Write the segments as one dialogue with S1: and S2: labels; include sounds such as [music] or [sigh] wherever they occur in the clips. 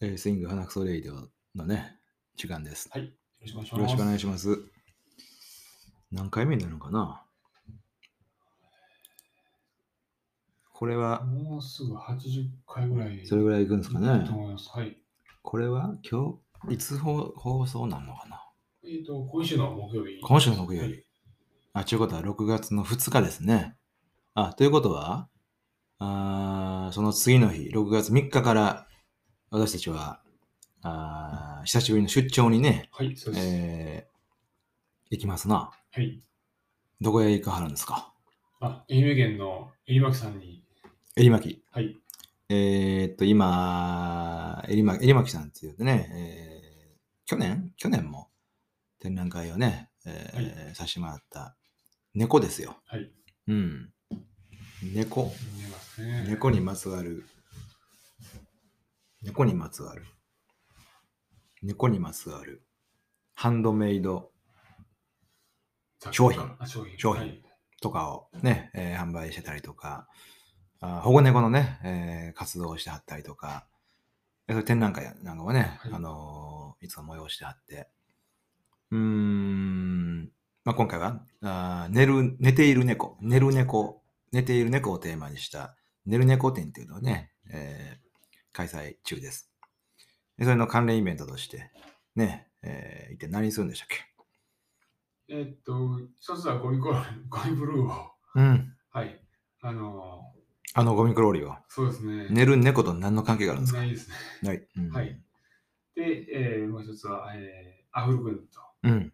S1: えースイング花クソレイディオのね、時間です。
S2: はい。よろしくお願いし
S1: よ
S2: ます。
S1: ろしくお願いします。何回目になるのかなこれは、
S2: もうすぐ80回ぐらい。
S1: それぐらいいくんですか
S2: いくと
S1: ね
S2: 思います。はい。
S1: これは今日、いつ放放送なんのかな
S2: えっ、と、今週の木曜日。
S1: 今週の木曜
S2: はい
S1: 日。あ、ということは6月の2日ですね。あ、ということは、あーその次の日、6月3日から、私たちは、あー久しぶりの出張にね、
S2: はい、そうです。
S1: えー行きますな。
S2: はい。
S1: どこへ行かはるんですか
S2: あ、愛媛県の入巻さんに。
S1: えりまき。
S2: はい。
S1: えーっと、今、えりま、えりまきさんっていうとね、えー去年去年も展覧会をね、えーさせてもらった猫ですよ。
S2: はい。
S1: うん。猫。
S2: 見えますね。
S1: 猫にまつわる。猫にまつわる。猫にまつわる。ハンドメイド
S2: 雑貨
S1: 商品
S2: あ、商品。
S1: 商品
S2: はい。
S1: とかをね、えー販売してたりとか、あ保護猫のね、えー活動をしてはったりとか、えそれ展覧会なんかもね、
S2: はい
S1: い、あのーいつも催してはって、うーん、まあ、今回はあー寝る、寝ている猫、寝る猫、寝ている猫をテーマにした、寝る猫展っていうのをね、えー開催中です。でそれの関連イベントとして、ね、えー一体何するんでしたっけ
S2: えっ、と、一つはゴミコロ、ゴミブルーを。
S1: うん、
S2: はい。あのー、
S1: あのゴミクローリーは。
S2: そうですね。
S1: 寝る猫と何の関係があるんですか
S2: ないですね。
S1: はい。うん
S2: はい。で、えー、もう一つは、えー、アフル君と、
S1: うん。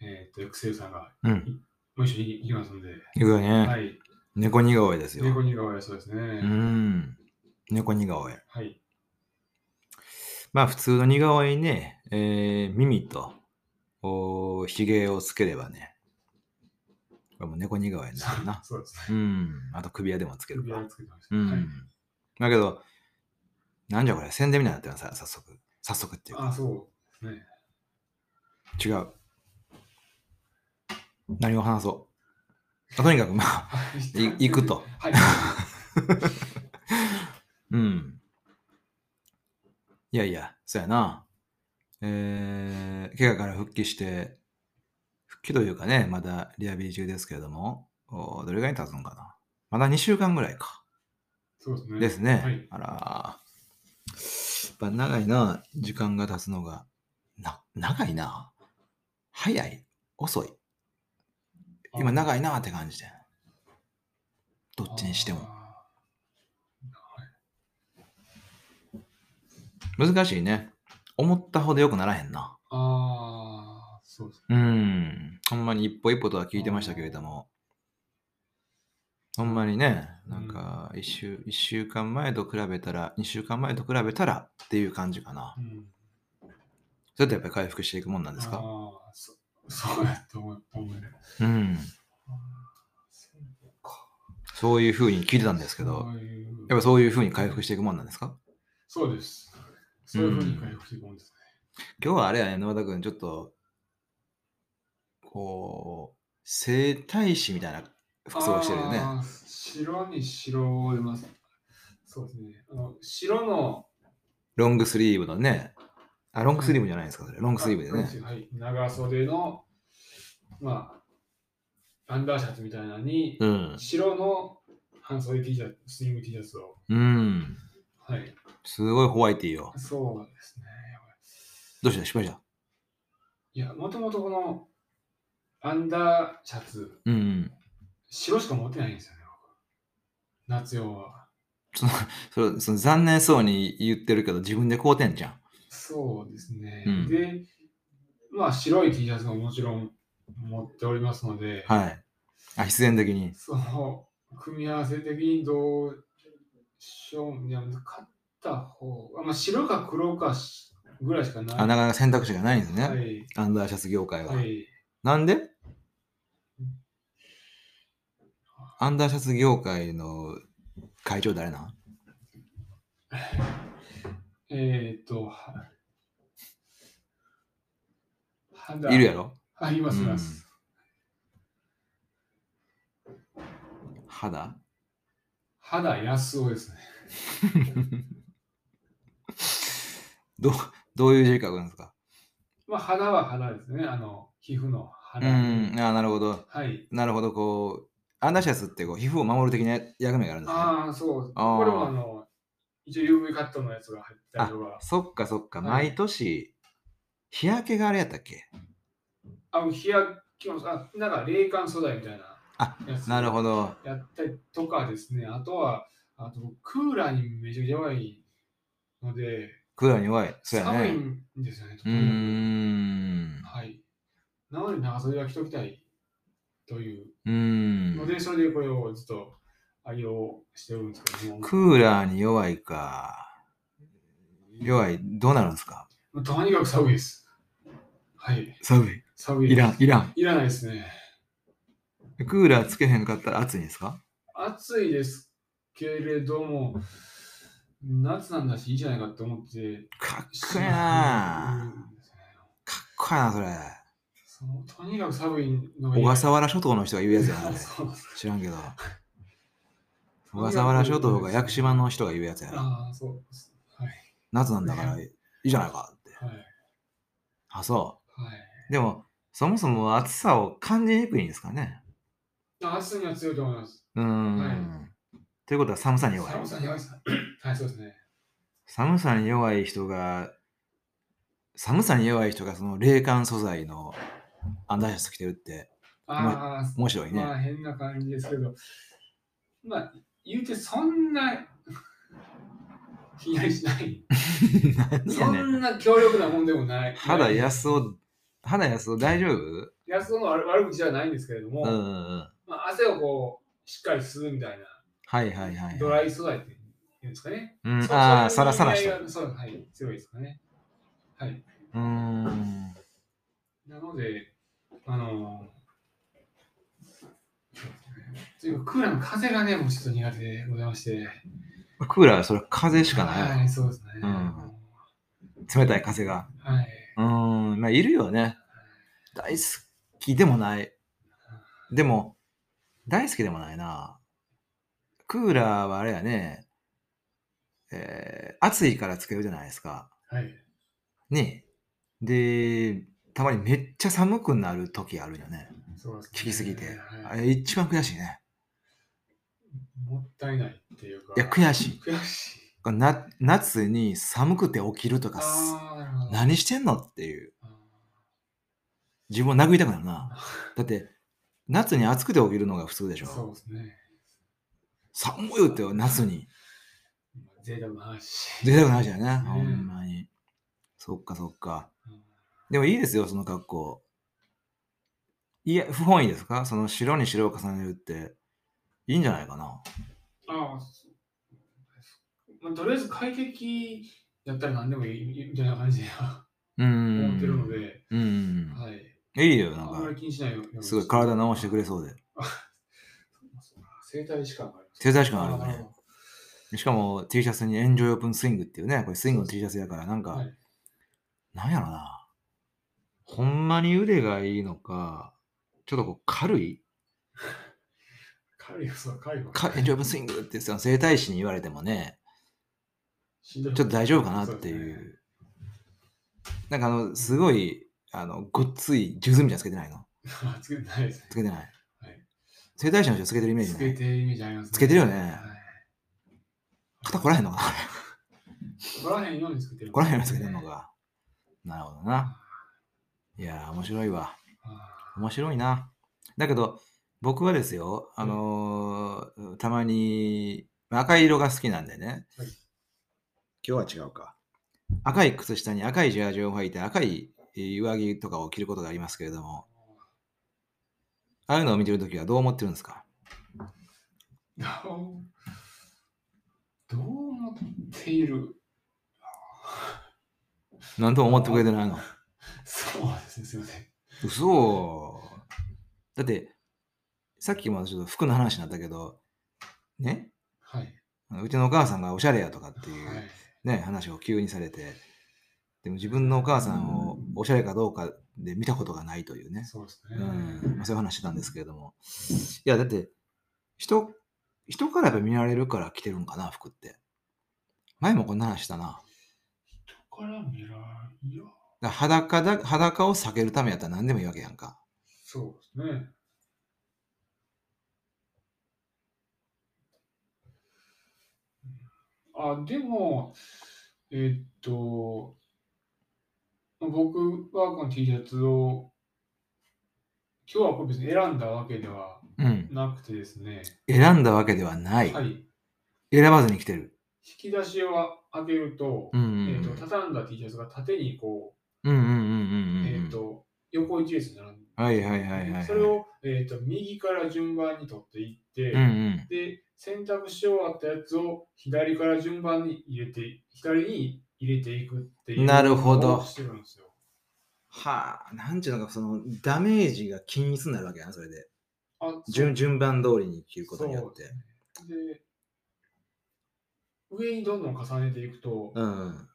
S2: えっ、と、エクセルさんが、
S1: うん。
S2: もう一緒に行きますんで。
S1: いくよね。
S2: はい。
S1: 猫似顔絵ですよ。
S2: 猫似顔絵、そうですね。
S1: うん。猫似顔絵。
S2: はい。。
S1: まあ普通の似顔絵にね、えー耳と、おーひげをつければね、これも猫似顔絵になるな
S2: [laughs] そうですね。
S1: うん。あと首輪でもつける
S2: 首輪
S1: か
S2: を。つけてました。
S1: う
S2: はい
S1: ん。だけど、なんじゃこれ、宣伝みたいになってるのさ、早速。早速っていう
S2: あ、
S1: か、
S2: そうですね。
S1: 違う。何を話そう。まあとにかくまあ、い行くと。
S2: [laughs] はい。
S1: うん。いやいや、そうやな。えー、怪我から復帰して、復帰というかね、まだリハビリ中ですけれども、おどれぐらいに経つのかな。まだ2週間ぐらいか。
S2: そうですね。
S1: ですね。
S2: はい。
S1: あらー、やっぱ長いな、時間が経つのが。な、長いな。早い。遅い。今
S2: い。
S1: 長いなって感じで。どっちにしても。
S2: あ
S1: 難しいね。思ったほど良くならへんな。
S2: ーあー、そうですね。
S1: うん。ほんまに一歩一歩とは聞いてましたけれども、ほんまにね、なんか一週、一週間前と比べたら、2週間前と比べたらっていう感じかな
S2: う。ん。
S1: それってやっぱり回復していくもんなんです
S2: あ
S1: か
S2: ーそ [laughs] そうやと思う。思える
S1: うん。そういうふうに聞いてたんですけど、
S2: そういう
S1: やっぱそういうふうに回復していくもんなんですか
S2: そうです。そういうふうに回復していくもんです
S1: 今日はあれやね、野田君、ちょっと、こう、整体師みたいな
S2: ね。
S1: 服装をしてるよね。
S2: あー。白に白を入れます。そうですね。あの白の
S1: ロングスリーブのね、あ、ロングスリーブじゃないですか、それ。ロングスリーブで
S2: あロン
S1: ね
S2: グ。スリーブはい、長袖の、まあ、アンダーシャツみたいなのに、
S1: うん。
S2: 白の半袖 T シャツ、スイング T シャツを。
S1: うん。
S2: はい。
S1: すごいホワイティーよ。
S2: そうですね。
S1: どうしたしばじゃ。
S2: いや、もともとこのアンダーシャツ、
S1: うんうん。
S2: 白しか持ってないんですよね、僕夏用は。
S1: それその残念そうに言ってるけど、自分で買うてんじゃん。
S2: そうですね。
S1: うん
S2: で、まあ、白い T シャツももちろん持っておりますので、
S1: はい。あ、必然的に。
S2: その組み合わせ的にどうしよういや買った方が、まあ、白か黒かしぐらいしかない。
S1: あ、なかなか選択肢がないんですね。
S2: はい。
S1: アンダーシャツ業界は。
S2: はい。
S1: なんでアンダーシャツ業界の会長誰なん
S2: えっ、ー、と、は肌
S1: いるやろ
S2: あります、います。
S1: 肌
S2: 肌安男ですね。
S1: どうどういう字書くんですか
S2: まあ、花は花ですね。あの、皮膚の
S1: う
S2: 花。
S1: ん、あーなるほど。
S2: はい。
S1: なるほど、こう、アンダーシャツってこう皮膚を守る的な役目があるんですね。
S2: ああ、そう。
S1: あー
S2: これもあの、一応 UV カットのやつが入ったりとか。
S1: そっかそっか、
S2: はい
S1: 毎年、日焼けがあれやったっけ
S2: あの、日焼けも、あ、なんか冷感素材みたいな
S1: あ
S2: やつ。
S1: なるほど。
S2: やったりとかですね。あとは、あとクーラーにめちゃくちゃ弱いので、
S1: クーラーに弱い。そうや
S2: 寒
S1: ね。
S2: いんですよね。
S1: うーん。
S2: はい。なので長袖は着ときたいという
S1: うー
S2: ので、
S1: ん。
S2: それでこれをずっと愛用しておるんですけども、
S1: クーラーに弱いか。弱い。どうなるんですか
S2: もうとにかく寒いです。はい。
S1: 寒い。
S2: 寒いです。
S1: いらん、いらん。
S2: いらないですね。
S1: クーラーつけへんかったら暑いんですか
S2: 暑いですけれども、夏なんだしいいじゃないかって思って、
S1: かっこいいなぁ。かっこいいな、それ。
S2: そうとにかく寒いのが
S1: 小
S2: 嫌
S1: 笠原諸島の人が言うやつやな、それ
S2: [laughs] そう
S1: 知らんけど。小笠原諸島が屋久島の人が言うやつやな。
S2: ああ、そうです。はい。
S1: 夏なんだからいいじゃないかって。
S2: はい。
S1: あ、そ
S2: はい。
S1: う。でも、そもそも暑さを感じにくいんですかね。
S2: あ暑いには強いと思います。
S1: うーん。
S2: はい
S1: ということは寒さに弱い。
S2: 寒さに弱いです。はい、そうですね。
S1: 寒さに弱い人が、寒さに弱い人がその冷感素材のアンダーシャツ着てるって
S2: ああ、
S1: 面白いね。
S2: まあ変な感じですけど、まあ言うてそんなひんやり
S1: [laughs]
S2: しない、
S1: なん
S2: そ
S1: やねん
S2: んな強力なもんでもない。
S1: 肌
S2: や
S1: 安を、肌安を大丈夫
S2: 安の悪悪口じゃないんですけれども、
S1: うんうんうん。
S2: まあ、汗をこうしっかり吸うみたいな、
S1: はいはいはい。
S2: ドライ素材っていうんですかね。
S1: うん、
S2: そ
S1: ああ、
S2: そ
S1: さ
S2: うい
S1: ら
S2: う
S1: さらし
S2: 意味
S1: た。
S2: 合いがそう、はい、強いですかね。はい。
S1: うーん。
S2: なので、あのー、というかクーラーの風がね、もうちょっと苦手でございまして。
S1: クーラーはそれ風しかない
S2: は
S1: わ
S2: い、そうですね。
S1: うん冷たい風が。
S2: はい。
S1: うーん、まあいるよね。大好きでもない。でも、大好きでもないな。クーラーはあれやね、えー暑いからつけるじゃないですか。
S2: はい。
S1: ねで、たまにめっちゃ寒くなる時あるよね。
S2: そうですね
S1: 聞きすぎて。あ
S2: はい
S1: れ一番悔しいね。
S2: もったいないっていうか。
S1: いや、悔しい。
S2: 悔しい。
S1: これな夏に寒くて起きるとか、
S2: ああ、なるほど。
S1: 何してんのっていう。
S2: あ
S1: 自分を殴りたくなるな。だって、夏に暑くて起きるのが普通でし
S2: ーそ
S1: ょ。
S2: うですね。
S1: 寒いよってよ、夏に。
S2: 贅沢な話。
S1: 贅沢な話だよね。
S2: え
S1: ほんまに。そっかそっか。
S2: うん
S1: でもいいですよ、その格好。いや、不本意ですかその白に白を重ねるって、いいんじゃないかな。
S2: ああ、そうまあ、とりあえず快適やったら何でもいいみたいな感じでは
S1: うーん。
S2: 思ってるの。で、
S1: うん。
S2: はい。
S1: いいよ、な
S2: あ
S1: ん
S2: んまり
S1: か。
S2: 気にしないように。
S1: すごい体直してくれそうで。
S2: 生体しかありませ
S1: 生
S2: ん
S1: 体師感あるよ
S2: なる
S1: ね
S2: ほ。ど
S1: しかも T シャツにエンジョイオープンスイングっていうね、これスイングの T シャツやから、なんか、
S2: はい
S1: なんやろな。ほんまに腕がいいのか、ちょっとこう軽い
S2: 軽いよ、そう、軽いわ。
S1: かエンジョイオープンスイングってその整体師に言われてもね、
S2: しんどい
S1: ちょっと大丈夫かなってい。
S2: そう
S1: なんかあの、すごい、あの、ごっつい数珠みたいなのつけてないの
S2: すねつけてないですね
S1: つけてない
S2: はい。
S1: 整体師の人つけてるイメージ
S2: つけ
S1: ない。
S2: てるイメージありますね。
S1: つけてるよね
S2: はい
S1: 肩こらへんのかな
S2: こらへんようにつけてる。
S1: こらへんのつけてんのか。なるほどな。いやー、面白いわ。
S2: あ
S1: 面白いな。だけど、僕はですよ、あのーたまに赤い色が好きなんでね、
S2: はい
S1: 今日は違うか。赤い靴下に赤いジャージを履いて赤いえー上着とかを着ることがありますけれども、ああいうのを見てるときはどう思ってるんですか
S2: ーどうどう思っている
S1: 何とも思ってくれてないの。
S2: そうですね、すいません。
S1: 嘘だって、さっきもちょっと服の話になったけど、ね、
S2: はい。
S1: あのうちのお母さんがおしゃれやとかっていう、
S2: はい、
S1: ね、話を急にされて、でも自分のお母さんをおしゃれかどうかで見たことがないというね、
S2: そうです
S1: う
S2: ね。
S1: んまあ、そういう話してたんですけれども、いや、だって、人、人からやっぱ見られるから着てるんかな、服って。前もこんな話したな。
S2: から見らんいや、
S1: だ裸だ裸を避けるためやったら何でもいいわけやんか。
S2: そうですね。あ、でも、えっと、まあ僕はこの T シャツを、今日はこれ別に選んだわけでは
S1: うん。
S2: なくてですね、
S1: 選んだわけではない。
S2: はい、引
S1: 選ばずに来てる。
S2: き出しを開けると、
S1: うんうん
S2: えっと、畳んだ T シャツが縦にこ
S1: うんうんうんうん
S2: う、
S1: うん。
S2: えっと、横一列に並んで
S1: はいはいはいはい。
S2: それ、を、えー、と右から順番に取っていって、
S1: うんうん。
S2: で選択し終わったやつを左から順番に入れて左に入れていくっていう
S1: なるほど
S2: のをしてるんですよ
S1: はあ、なんちゅうのか、そのダメージが均一になるわけやな、それで。
S2: あそう
S1: 順順番通りに着ることによって。
S2: で上にどんどん重ねていくと、
S1: うん。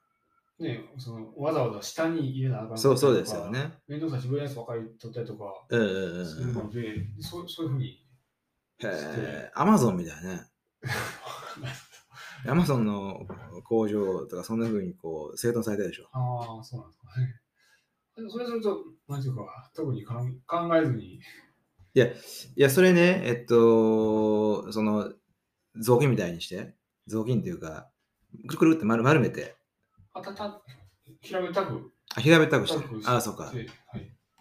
S2: ね、そのわざわざ下に入れなあかんかった
S1: そ
S2: り
S1: う
S2: とか
S1: そうですよね。
S2: 面倒くさいし上のやつばかり取ったりとか
S1: うんうんうん
S2: する
S1: うん。
S2: ので、そうそういうふうに
S1: へえ、アマゾンみたいね。アマゾンの工場とか、そんな風にこう、整頓されてるでしょ。
S2: ああ、そうなんですかね。でもそれすると、なんていうか、特にかん考えず
S1: い
S2: に、
S1: や、それね、えっと、その、雑巾みたいにして、雑巾っていうか、くるくるって丸丸めて、
S2: あたた、平べたく、
S1: あ平べったくし
S2: た
S1: てる。ああ、そうか
S2: は。い。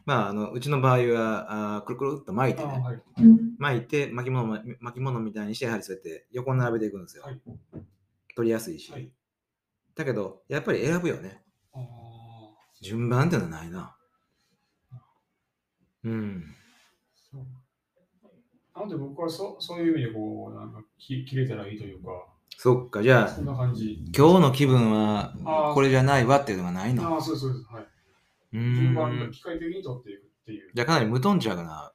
S1: まあ、あの、うちの場合は、あーくるくるっと巻い
S2: あ
S1: て
S2: あ、
S1: ね、
S2: はい。
S1: 巻いて、巻物ま、巻物みたいにして、やはりそうやって横並べていくんですよ。
S2: はい
S1: 取りやすいし。
S2: はい。
S1: だけど、やっぱり選ぶよね。
S2: ああ、
S1: 順番ってのはないな。うん。
S2: そう。なので僕はそそういう意味で、こう、なんかき、切れたらいいというか、
S1: そっか、じゃあ、
S2: そんな感じ。
S1: 今日の気分は
S2: あー
S1: これじゃないわっていうのがない
S2: あ
S1: の。
S2: あ、そうですそうです。は
S1: う
S2: い。順番が
S1: ん。
S2: 機械的に取っていくっていう。
S1: じゃあかなり無頓着な。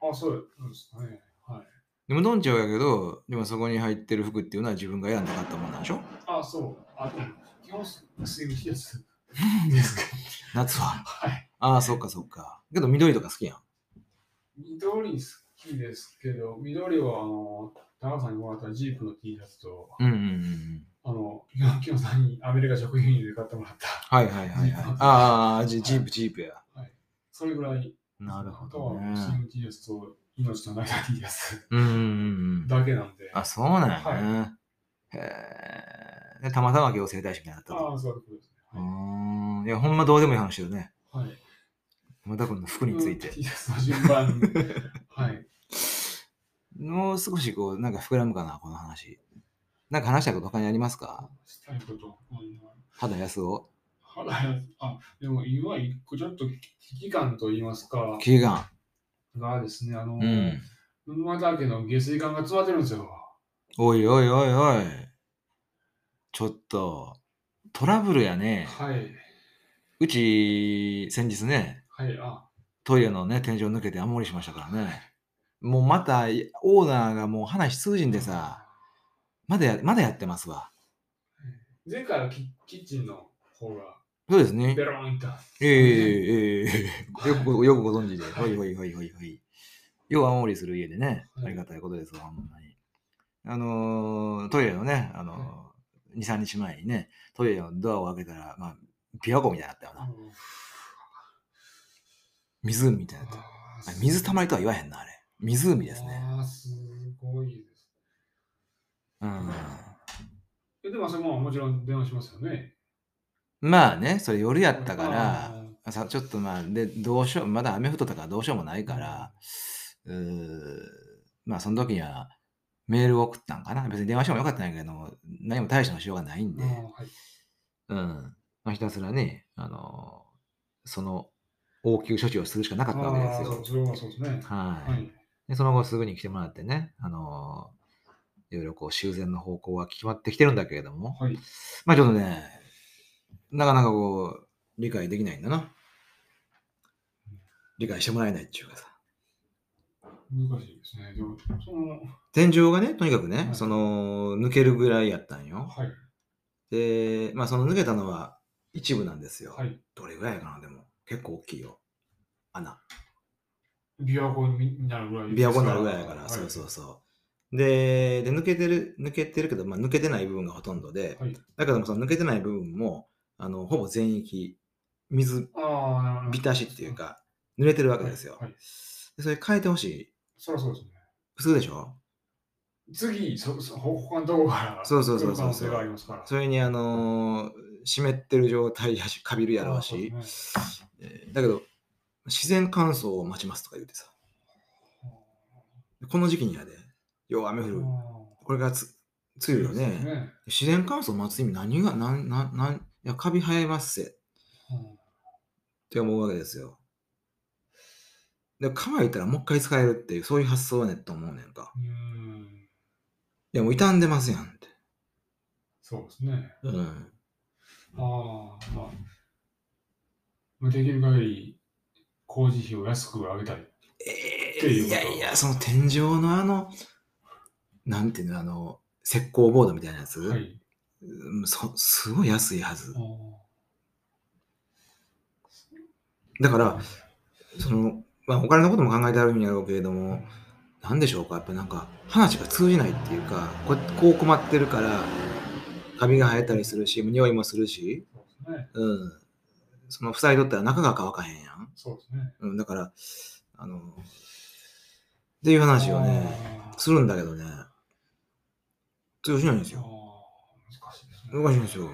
S2: ああ、そうなんですかね。はい。
S1: 無頓着やけど、でもそこに入ってる服っていうのは自分が選んだかったもんなんでしょ
S2: ああ、そう。あ、でも、基本、水着やつで
S1: [laughs]
S2: すけど。
S1: 夏は。
S2: はい。
S1: ああ、そっかそっか。けど緑とか好きやん。
S2: 緑好きですけど、緑はあの、高さんにもらったジープの T シャツと、
S1: うんうんうんうん。
S2: あの、キムさんにアメリカ食品で買ってもらった、
S1: はいはいはいはい。ああ、ジジープジープや。
S2: それぐらい、
S1: なるほ
S2: あと
S1: ど
S2: は
S1: ね。
S2: 新の T シャツと命とない T シャツ
S1: うんうんうん。
S2: だけなんで、あ
S1: あ、そうなんやね。へえ。で、たまたま行政大使みたいになったの。
S2: あ、そういうことです
S1: う
S2: ね。は
S1: ー
S2: い
S1: ん。いや、ほんまどうでもいい話してるね。
S2: はい。
S1: 山田君の服について
S2: うん。T シャツの順番。はい。
S1: もう少しこう、なんか膨らむかな、この話。なんか話したこと他にありますか
S2: したいこと。うん
S1: 肌安を。
S2: 腹あ、でも今一個ちょっと危機感と言いますか、
S1: キーガ
S2: がですね、あの
S1: ン。う、ん。
S2: 沼田家の下水管が詰まってるんですよ。
S1: おいおいおいおい。ちょっと、トラブルやね。
S2: はい。
S1: うち、先日ね、
S2: はい、あ、
S1: トイレのね、天井抜けて雨漏りしましたからね。もうまた、オーナーがもう話通じんでさ。まだや、まだやってますわ。
S2: 前回はキキッチンの方が
S1: そうですね
S2: ベ。ローンいったんです
S1: ええええええよく [laughs] ご、よくご存知で。ほいほいほいほいほい。よう雨漏りする家でね、
S2: はい
S1: ありがたいことですわ、ほんまに。あのートイレのね、あのー、2、3日前にね、トイレのドアを開けたら、まあ、琵琶湖みたいになったよ
S2: あ
S1: な。
S2: の
S1: 湖みたいになった。
S2: あ
S1: あ
S2: ー
S1: 水たまりとは言わへんな、あれ。湖ですね。
S2: あーすごいです。
S1: うん。
S2: えでも、それももちろん電話しますよね。
S1: まあね、それ夜やったか
S2: あ
S1: ら
S2: ー、
S1: さちょっとまあでどうしようまだ雨降っとったからどうしようもないから、うーまあその時にはメールを送ったんかな別に電話してもよかったんやけど何も大したのしようがないん
S2: あ
S1: で、
S2: ー
S1: うん
S2: はい、
S1: まあ、ひたすらねあのその応急処置をするしかなかったわけです
S2: あーそ
S1: よ
S2: うそれはそうですね。
S1: はい、
S2: はい。
S1: でその後すぐに来てもらってねあのいろいろこう修繕の方向は決まってきてるんだけれども、
S2: はい。
S1: まあちょっとね、なかなかこう、理解できないんだな。理解してもらえないっていうかさ。
S2: 難しいですね。でも、その、
S1: 天井がね、とにかくね、
S2: はい
S1: その、抜けるぐらいやったんよ。
S2: はい。
S1: で、まあその抜けたのは一部なんですよ。
S2: はい。
S1: どれぐらいかな、でも。結構大きいよ。穴。
S2: 琵琶湖になるぐらいです
S1: 琵琶湖になるぐらいやから、
S2: はい
S1: そうそうそう。で、で、抜けてる、抜けてるけど、まあ抜けてない部分がほとんどで、
S2: はい。
S1: だけどもその抜けてない部分も、あのほぼ全域、水
S2: ああ、なるほど。
S1: 浸しっていうか、濡れてるわけですよ
S2: はいはい。
S1: でそれ変えてほしい。
S2: そりゃそうですね。
S1: 普通でしょ
S2: 次、そそ他のとこから
S1: そうそうそうそう
S2: 来る可能性がありますから。
S1: それに、あのー湿ってる状態やし、かびるやろうし、
S2: あ
S1: えーだけど、自然乾燥を待ちますとか言うてさ、この時期にやで、よう雨降る。これがつ梅雨よね。自然乾燥を待つ意味何が、なん、なん、なん、いや、カビ生えますせっ
S2: うん
S1: て思うわけですよ。で、乾いたらもう一回使えるっていう、そういう発想はねと思うねんか。
S2: うん。
S1: いや、もう傷んでますやんって。
S2: そうですね。
S1: うん。
S2: ああ、まあ。できる限り工事費を安く上げたい。
S1: え
S2: っ
S1: ー、
S2: てい
S1: い
S2: うこと
S1: やいや、その天井のあの、なんていうの、あの、石膏ボードみたいなやつ、
S2: はい。
S1: うんそすごい安いはず
S2: あ。ー
S1: だから、その、まあ、お金のことも考えてあるんやろうけれども、なんでしょうかやっぱなんか話が通じないっていうかここう困ってるからカビが生えたりするし匂いもするし、
S2: そうですね。
S1: うん、その塞いとったら中が乾かへんやん、
S2: そうですね。
S1: うん、だからあのっていう話をね
S2: あー
S1: するんだけどね通じないんです
S2: あー
S1: よ
S2: 難しいですね。
S1: 難しいんですよ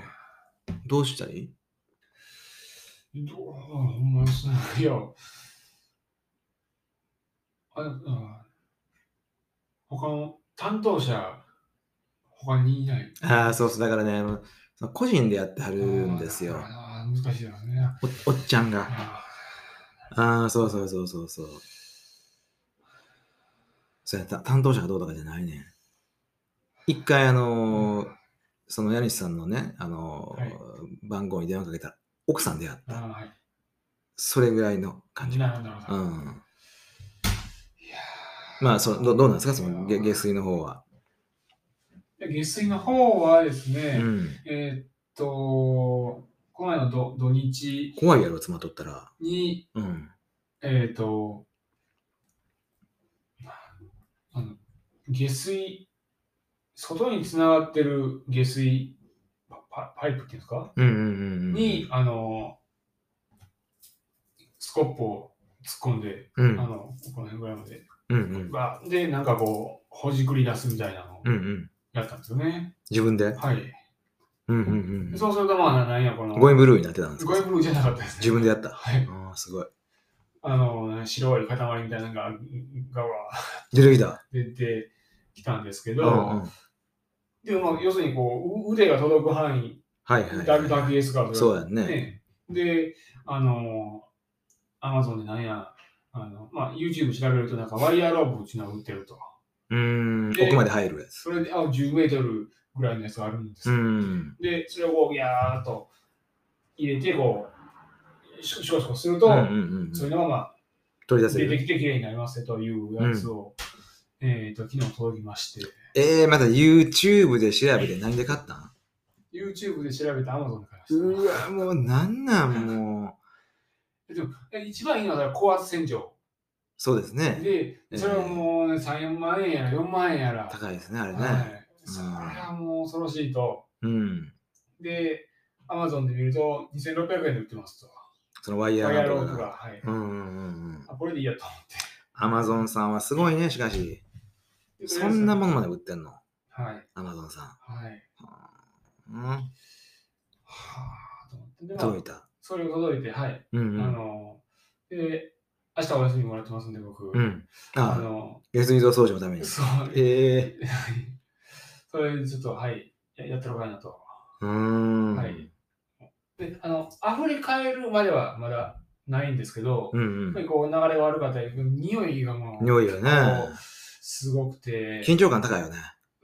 S1: どうしたらいい
S2: どう、あほんまですね。いや、あ、あ他の担当者、他にいない。
S1: ああそうそうだからねもうその個人でやってはるんですよ
S2: あー難しいですね。
S1: おおっちゃんが
S2: あ
S1: ああ、そうそうそうそうそう。それた担当者がどうとかじゃないねん。一回、あのーその家主さんのね、あのー
S2: はい
S1: 番号に電話かけたら、奥さんであっ
S2: ー
S1: た。
S2: あーはい。
S1: それぐらいの感じ。
S2: なるほど、なるほ
S1: う
S2: ど。
S1: ん。
S2: いや
S1: まあ、そうどどうなんですか、その下下水の方は。
S2: ーで下水の方はです
S1: う
S2: ね、
S1: ん。
S2: えーっと、この前の土土日
S1: 怖いやろ、妻とったら。
S2: に、
S1: うん。
S2: えーっと、あの下水、外につながってる下水パパパイプっていうんですか、
S1: うんうんうんうん。
S2: に、あの、スコップを突っ込んで、
S1: うん、う
S2: あ
S1: ん
S2: の、この辺ぐらいまで、
S1: うん。
S2: わで、なんかこう、ほじくり出すみたいなのを
S1: うんうん。
S2: やったんですよね。
S1: 自分で。
S2: はい。
S1: うんうん
S2: そうすると、まあ、なんや、この、
S1: うん。ゴイブルーになってたんですか
S2: ゴイブルーじゃなかったですね。
S1: 自分でやった。
S2: はい。
S1: ああ、すごい。
S2: あの、白い塊みたいなのが、がわ
S1: 出てきた。
S2: ー出てきたんですけ
S1: う
S2: ど、
S1: んうん。
S2: でも、まあ、要するにこう、う腕が届く範囲
S1: はいはい、
S2: だけだ
S1: はい。
S2: けですから、
S1: そうやんね。
S2: ね、で、あの、アマゾンでなんや、あのまあ、YouTube 調べると、なんかワイヤーロープうちの売ってると。
S1: うーん、
S2: で
S1: 奥まで入るやつ。
S2: それで、あ、10メートルぐらいのやつがあるんです
S1: う
S2: よ。
S1: ん。
S2: で、それをこう、ギャーっと入れて、こう、シュコシュコシュコすると、
S1: うんうんうん、
S2: そういうのが、まあ、
S1: 取り出せ
S2: 出て
S1: る。
S2: きて綺麗になりますねというやつを、えっ、と、昨日届きまして、
S1: えー、まだ YouTube で調べて何で買ったん
S2: YouTube で調べて Amazon で買いました。
S1: うわ、もうなんなん、もう。
S2: でもえ一番いいのはだから高圧洗浄。
S1: そうですね。
S2: で、それはもうね、3、4万円やら4万円やら。
S1: 高いですね、あれね。
S2: はい。
S1: うん
S2: それはもう恐ろしいと。
S1: うん。
S2: で、Amazon で見ると2600円で売ってますと。
S1: そのワイヤ
S2: ワイヤ
S1: ー
S2: ーロ
S1: の
S2: ー
S1: と
S2: プ
S1: か
S2: が。
S1: が。
S2: はい。
S1: うんうんうんうん。
S2: あ、これでいいやと。
S1: アマゾンさんはすごいね、しかし。
S2: で
S1: そんなも
S2: と
S1: のまで売ってんの
S2: りあえず
S1: アマゾンさ
S2: はい。はい。
S1: ん。うん。
S2: はあと思って。で、ま
S1: 届
S2: あ
S1: いた。
S2: それを届いて、はい。
S1: うんう
S2: あ
S1: ん。
S2: の、で、明日お休みもらってますんで、僕。
S1: うん。
S2: あ
S1: あ、
S2: の、
S1: 下水道掃除のために。
S2: そう、
S1: え
S2: [laughs] それでちょっと、はい、ややったろうかなと。
S1: ー。うーん。
S2: はいで、あの、溢れ返るまではまだないんですけど、
S1: うんう
S2: やっ
S1: ん
S2: ぱ。りこう流れが悪かったり、匂いがもう、
S1: 匂いよね
S2: こう。すごくて、
S1: 緊張感高いよね。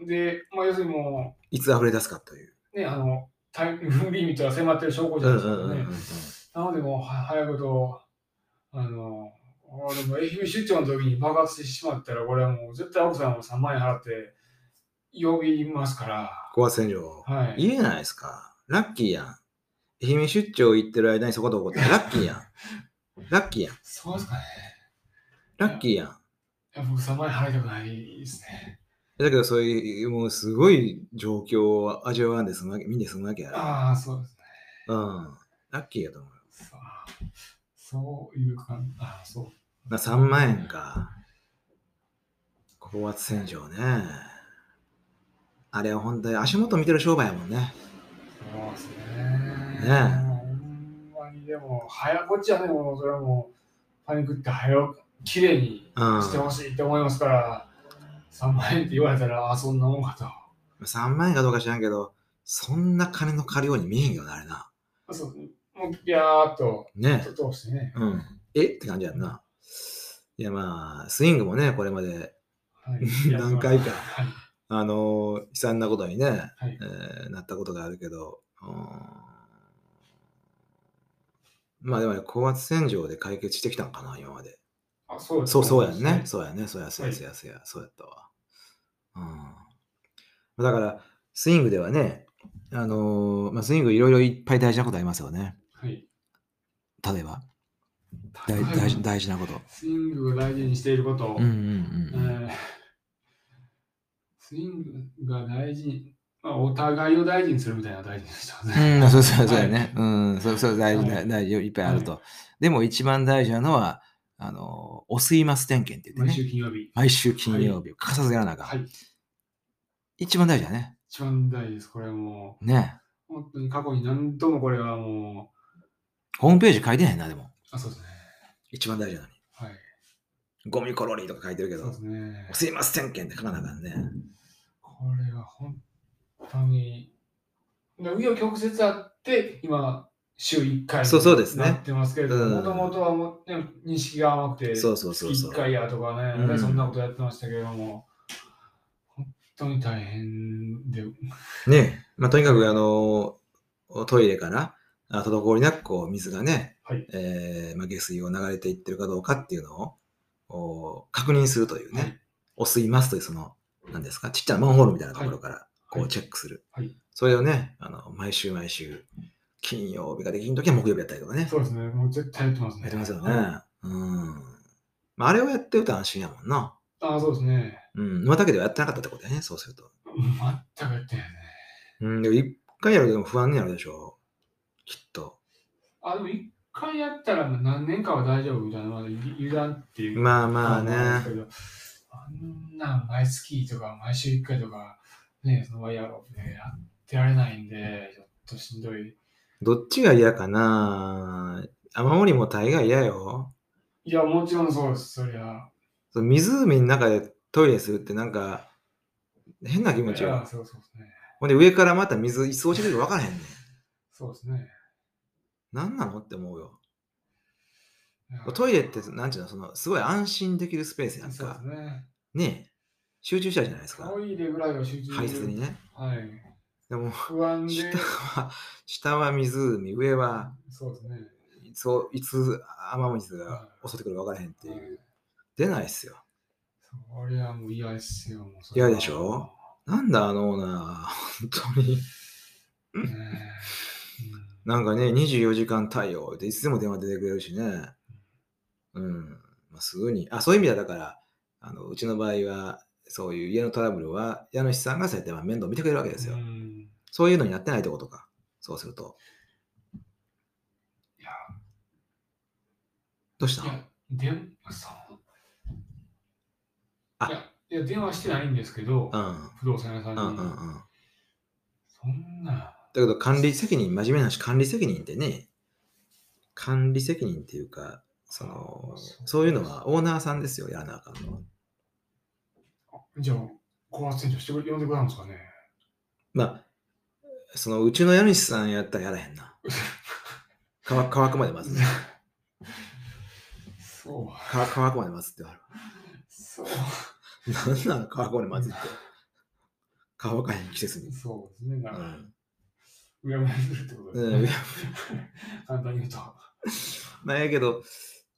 S2: で、まあ、要するにも
S1: いつ溢れ出すかという。
S2: う、ね、あの、タイ [laughs] ムリミットが迫ってる証拠じ
S1: う
S2: ゃ
S1: ん
S2: な
S1: う
S2: いです
S1: ん
S2: か
S1: うん。
S2: ねなので、もう、は早いこと、あの、俺も愛媛出張の時に爆発してしまったら、これはもう絶対奥さんも3万円払って呼びますから、
S1: 高圧洗浄。
S2: はい。
S1: 言えないですか。ラッキーやん。愛媛出張行ってる間にそこと起こってラッキーやん。ラッキーやん。
S2: そうですかね。
S1: ラッキーやん。
S2: いや僕、3万円払いたくないですね。
S1: だけどそういう、もうすごい状況を味わわんですむわけ、見んで済むわけやろ。
S2: ああ、そうですね。
S1: うん。ラッキーやと思うよ。
S2: さあ、そういう感じ。あ、そう。
S1: まあ、3万円か。高圧洗浄ね。あれは本当に足元見てる商売やもんね。
S2: そうですね。
S1: ねえ
S2: ほんまにでも、早こっちはね、もうそれはもう、パニックって早く、綺麗に
S1: うん。
S2: してほしいって思いますから、3万円って言われたら、あ、そんなもんか
S1: 3万円かどうか知らんけど、そんな金の借りように見えへんけどな、あれな。
S2: と。そうもう、ビャーっと、
S1: ね
S2: ちょ。っと通してね。
S1: うん。えって感じやんな。いやまあ、スイングもね、これまで、
S2: はい
S1: [laughs] 何回か
S2: はい。
S1: あのー悲惨なことにね、
S2: はい
S1: えーなったことがあるけど、うーんまあでもね、高圧洗浄で解決してきたんかな、今まで。
S2: あ、そうです
S1: そうそうやんね。。そうやね。そうや、そうや、そうや、そうや、そうやったわ。うん。だから、スイングではね、あのーまあ、スイングいろいろいっぱい大事なことありますよね。
S2: はい。
S1: 例えば、大大事大事なこと。
S2: スイングが大事にしていることを
S1: うん、うん
S2: え
S1: うんうん。
S2: ースイングが大事に、まあ、お互いを大事にするみたいなのは大事にしてますね。
S1: うん、そうそうそうやね。うん、そうそう大事、
S2: は
S1: 大大事、いっぱいあると。でも一番大事なのは、あの、お吸います点検って言っ
S2: 毎
S1: て
S2: 週
S1: ね。
S2: 金曜日。
S1: 毎週金曜日、欠かさずやらなあかん、
S2: はい。
S1: 一番大事だね。
S2: 一番大事です。これも
S1: ね
S2: う、本当に過去に何度もこれはもう、
S1: ホームページ書いてへんな、でも。
S2: あ、そうですね。
S1: 一番大事なのに。
S2: はい。
S1: ゴミコロリーとか書いてるけ
S2: そう
S1: ど
S2: で、すね
S1: お。吸います点検って書かなあかんね。
S2: これは本当に、紆余曲折あって、今、週1回
S1: そうそうですね
S2: なってますけれど
S1: うん
S2: もともとはもう、ね、認識が甘くて、
S1: そうそうそうそう
S2: 月1回やとかね、
S1: うん
S2: そんなことやってましたけれども、本当に大変で、
S1: ねまあ、とにかく、あの、トイレから、あ滞りなくこう水がね、
S2: はい
S1: えーまあ、下水を流れていってるかどうかっていうのをお確認するというね、
S2: はい
S1: お吸いますというその、なんですか、ちっちゃなマンホールみたいなところからこ
S2: は
S1: う
S2: い
S1: チェックする。
S2: はい
S1: それをね、あの毎週毎週、金曜日ができんときは木曜日やったりとかね、
S2: そうですね、もう絶対やってますね。
S1: やってますよね。うん。まあ、あれをやってると安心やもんな。
S2: あそうですね。
S1: うん。沼田家ではやってなかったってことだよね、そうすると。
S2: 全くやってないね。
S1: うん、でも一回やるとでも不安になるでしょう。きっと。
S2: あ、でも一回やったら何年かは大丈夫みたいな、まだ油断っていう。
S1: まあまあ
S2: なんです
S1: ね。
S2: けど。あんなん毎月とか毎週1回とか、ね、その場合やろうね、やってられないんで、ちょっとしんどい。
S1: どっちが嫌かな雨漏りも大概嫌よ。
S2: いや、もちろんそうです、そりゃ。
S1: その湖の中でトイレするってなんか変な気持ち
S2: いや
S1: よ。
S2: そうそうですね。
S1: ほんで上からまた水一掃してくるか分からへんねん。
S2: そうですね。
S1: 何なのって思うよ。
S2: いや
S1: トイレって、なんちゅうの、そのすごい安心できるスペースやん
S2: そうで
S1: か
S2: す。ね。
S1: ねえ集中したいじゃないですか
S2: ト。イレぐらいは集中
S1: 排出にね。
S2: はい。
S1: でも、
S2: 不安で
S1: 下、は、下は湖、上は
S2: そうですね。
S1: いつをいつ雨水が襲ってくるか分からへんっていう。出ないっすよ。
S2: そりゃもう嫌ですよ。もうそれ
S1: 嫌
S2: は
S1: でしょなんだあのオーナー、本当に。
S2: ねえ
S1: なんかね、24時間対応でいつでも電話出てくれるしね。うん。まあ、すぐに。あ、そういう意味ではだから、あのうちの場合は、そういう家のトラブルは、家主さんがそうやってまあ面倒見てくれるわけですよ。
S2: うん
S1: そういうのになってないってことか。そうすると。
S2: いや
S1: どうした
S2: い
S1: の
S2: や、電そう
S1: あ
S2: いやいや、電話してないんですけど、
S1: うん。
S2: 不動産屋さん
S1: う
S2: に。
S1: んうんうん。だ
S2: そんな、
S1: けど、管理責任、真面目な話、管理責任ってね、管理責任っていうか、その
S2: あそう
S1: そういうのはオーナーさんですよ、やらなあかんのは。
S2: じゃあ、高圧洗浄してくれ呼んでくれるんですかね。
S1: まあ、そのうちの家主さんやったらやらへん
S2: [laughs]
S1: な。乾く乾くまで待つね。
S2: そう、
S1: 乾く乾くまで待つって言わ
S2: そう、
S1: れる。なんなの乾くまで待つって。乾かへん季節に。
S2: そうですね。な
S1: うん
S2: か、
S1: ん。
S2: うやむやにするってことです
S1: うん
S2: ね。簡単に言うと。
S1: まあ、やけど、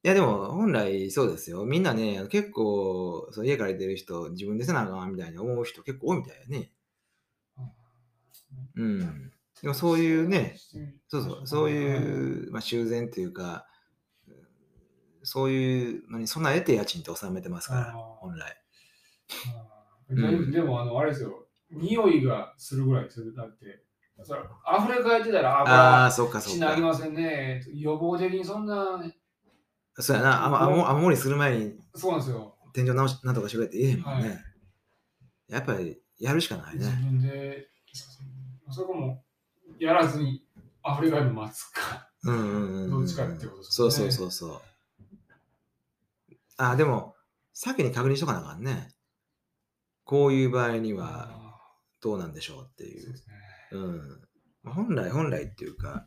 S1: いやでも本来そうですよ。みんなね、結構そう家から出てる人、自分でせなあかんみたいに思う人結構多いみたいやね。うん。でもそういうね、そうそう、そういう、まあ、修繕というか、うんそういうのに備えて家賃って納めてますから、
S2: あー
S1: 本来。
S2: うん。でも、あの、あれですよ。匂いがするぐらいですよ。だって、それ溢れ返ってたら、あ、これ
S1: ああ
S2: は
S1: ー、そっかそっ
S2: しなあき
S1: か。
S2: ませんね。予防的にそんな、
S1: そうやな、雨雨雨漏りする前に
S2: そうなんですよ。
S1: 天井直し、なんとかしてくれって言えへんもんね。
S2: は
S1: やっぱり、やるしかない
S2: 自
S1: ね。
S2: 分で、そこもやらずに溢れ返るの待つか。
S1: うんうんうんうん。
S2: どっちかってことです
S1: そ
S2: よ
S1: う
S2: ね
S1: そうそうそう。あ、でも、先に確認しとかなあかんね。こういう場合には
S2: あ
S1: どうなんでしょうって
S2: ー
S1: い
S2: そう
S1: う
S2: で。すね。
S1: うん。まあ本来、本来っていうか、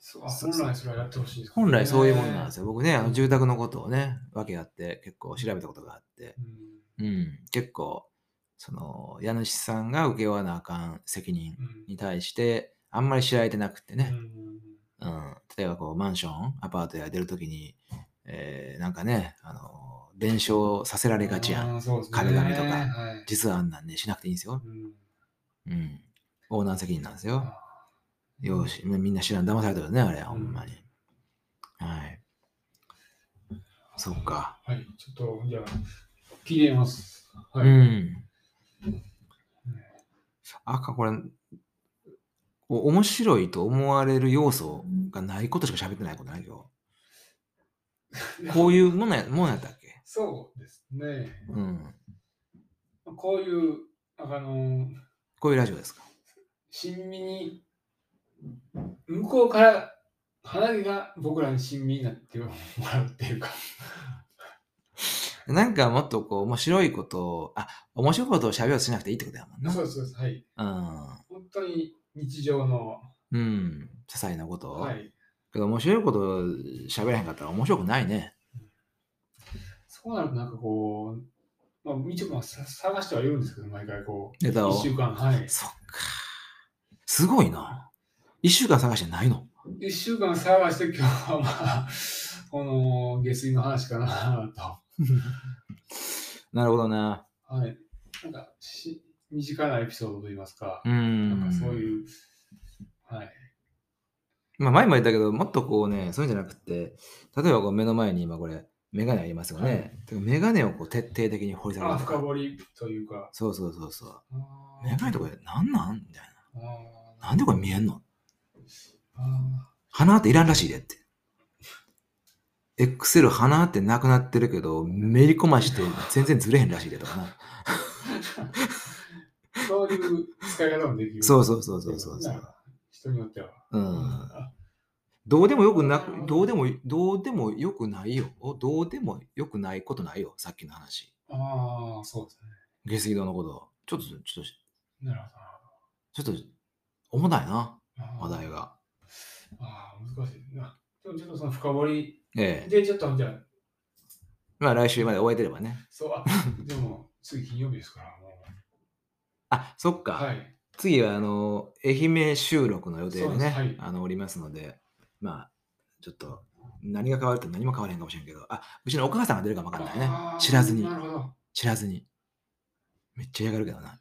S2: そうあ本来それはやってほしいですね
S1: 本来そういうもんなんですよ。僕ね、あ
S2: う
S1: の
S2: ん
S1: 住宅のことをね、わけあって結構調べたことがあって、
S2: うん
S1: うん、結構、その、家主さんが請け負わなあかん責任
S2: うん
S1: に対して、あんまり知られてなくてね、
S2: うん
S1: うん、例えばこう、マンション、アパートや出るときに、えーなんかね、あの、弁償させられがちやん。
S2: あーそうですね
S1: 壁紙とか
S2: はい
S1: 実はあんなんね、しなくていいんですよ。
S2: うん
S1: うん。オーナー責任なんです
S2: あ
S1: よ。よし、みんな知らん、騙されてるね、あれ、ほんまに。はい。そっか。
S2: ーはい、ちょっと、じゃあ、聞いてみます。は
S1: う
S2: い。
S1: ん。あか、これ、お面白いと思われる要素がないことしか喋ってないことないよ。こういうもんやもんやったっけ
S2: そうですね。
S1: うん。
S2: こういう、なんかあの、
S1: こういうラジオですか。
S2: 親身に、向こうから、花火が僕らに親身になってもらうっていうか。
S1: なんかもっとこう、面白いことを、あ、面白いことを喋ろうとしなくていいってことやもんな。
S2: そうです、そうです。はい。本当に日常の、
S1: うん。うん。些細なことを。
S2: はい。
S1: けど面白いことを喋らへんかったら面白くないね。
S2: そうなるとなんかこう、まあ、見てもさ探してはいるんですけど、毎回こ
S1: ネ
S2: う、
S1: タを。
S2: 一週間、はい。
S1: そっか。すごいな。一週間探してないの。
S2: 一週間探して今日はまあ、 [laughs] この下水の話かなと。
S1: なるほどな。
S2: はい。なんかし、身近なエピソードといいますか、
S1: う
S2: なん
S1: ん。
S2: かそういう、はい。
S1: まあ、前も言ったけど、もっとこうね、そういうんじゃなくて、例えばこう目の前に今これ、メガネありますよね。
S2: はい
S1: てかメガネをこう徹底的に掘り下げ
S2: あ
S1: ると
S2: 深
S1: か。
S2: 掘りというか、
S1: そうそうそうそう。
S2: あー
S1: メガネとかなんなんみたい
S2: あー
S1: な。なんでこれ見えんの
S2: あ
S1: 鼻っていらんらしいでって。XL 鼻ってなくなってるけど、めり込まして全然ずれへんらしいでとかな。
S2: ーそういう使い方もできる。
S1: そうそうそうそうそうそう
S2: なんか人によっては。
S1: うん。どうでもよくなく、どうでも、どうでもよくないよ。おどうでもよくないことないよ。さっきの話。
S2: ああ、そうです
S1: 下水道のこと。ちょっと、ちょっと、
S2: ね。なるほ
S1: ちょっと、重たいな、
S2: どな。あー
S1: 話題が。
S2: あー、難しいな。でもちょっとその深掘り
S1: ええ。
S2: で、ちょっとじゃあ、
S1: まあ来週まで終えてればね。
S2: そう、
S1: [laughs]
S2: あでも、次金曜日ですから、もう。
S1: あ、そっか。
S2: はい。
S1: 次は、あの、愛媛収録の予定で
S2: そう
S1: ね、
S2: ですはい
S1: あの、おりますので、まあ、ちょっと、何が変わるって何も変わらへんかもしれんけど、あ、うちのお母さんが出るかもわかんないね
S2: あー。
S1: 知らずに
S2: な、るほど。
S1: 知らずに。めっちゃ嫌がるけどな。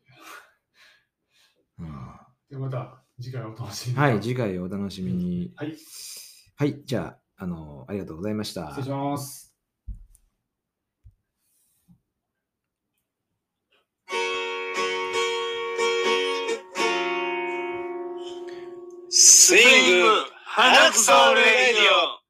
S1: うん
S2: で、また次回お楽しみに。
S1: はい、次回をお楽しみに。
S2: はい。
S1: はい、じゃあ、あの、ありがとうございました。
S2: 失礼します。
S3: スイング花草レディオ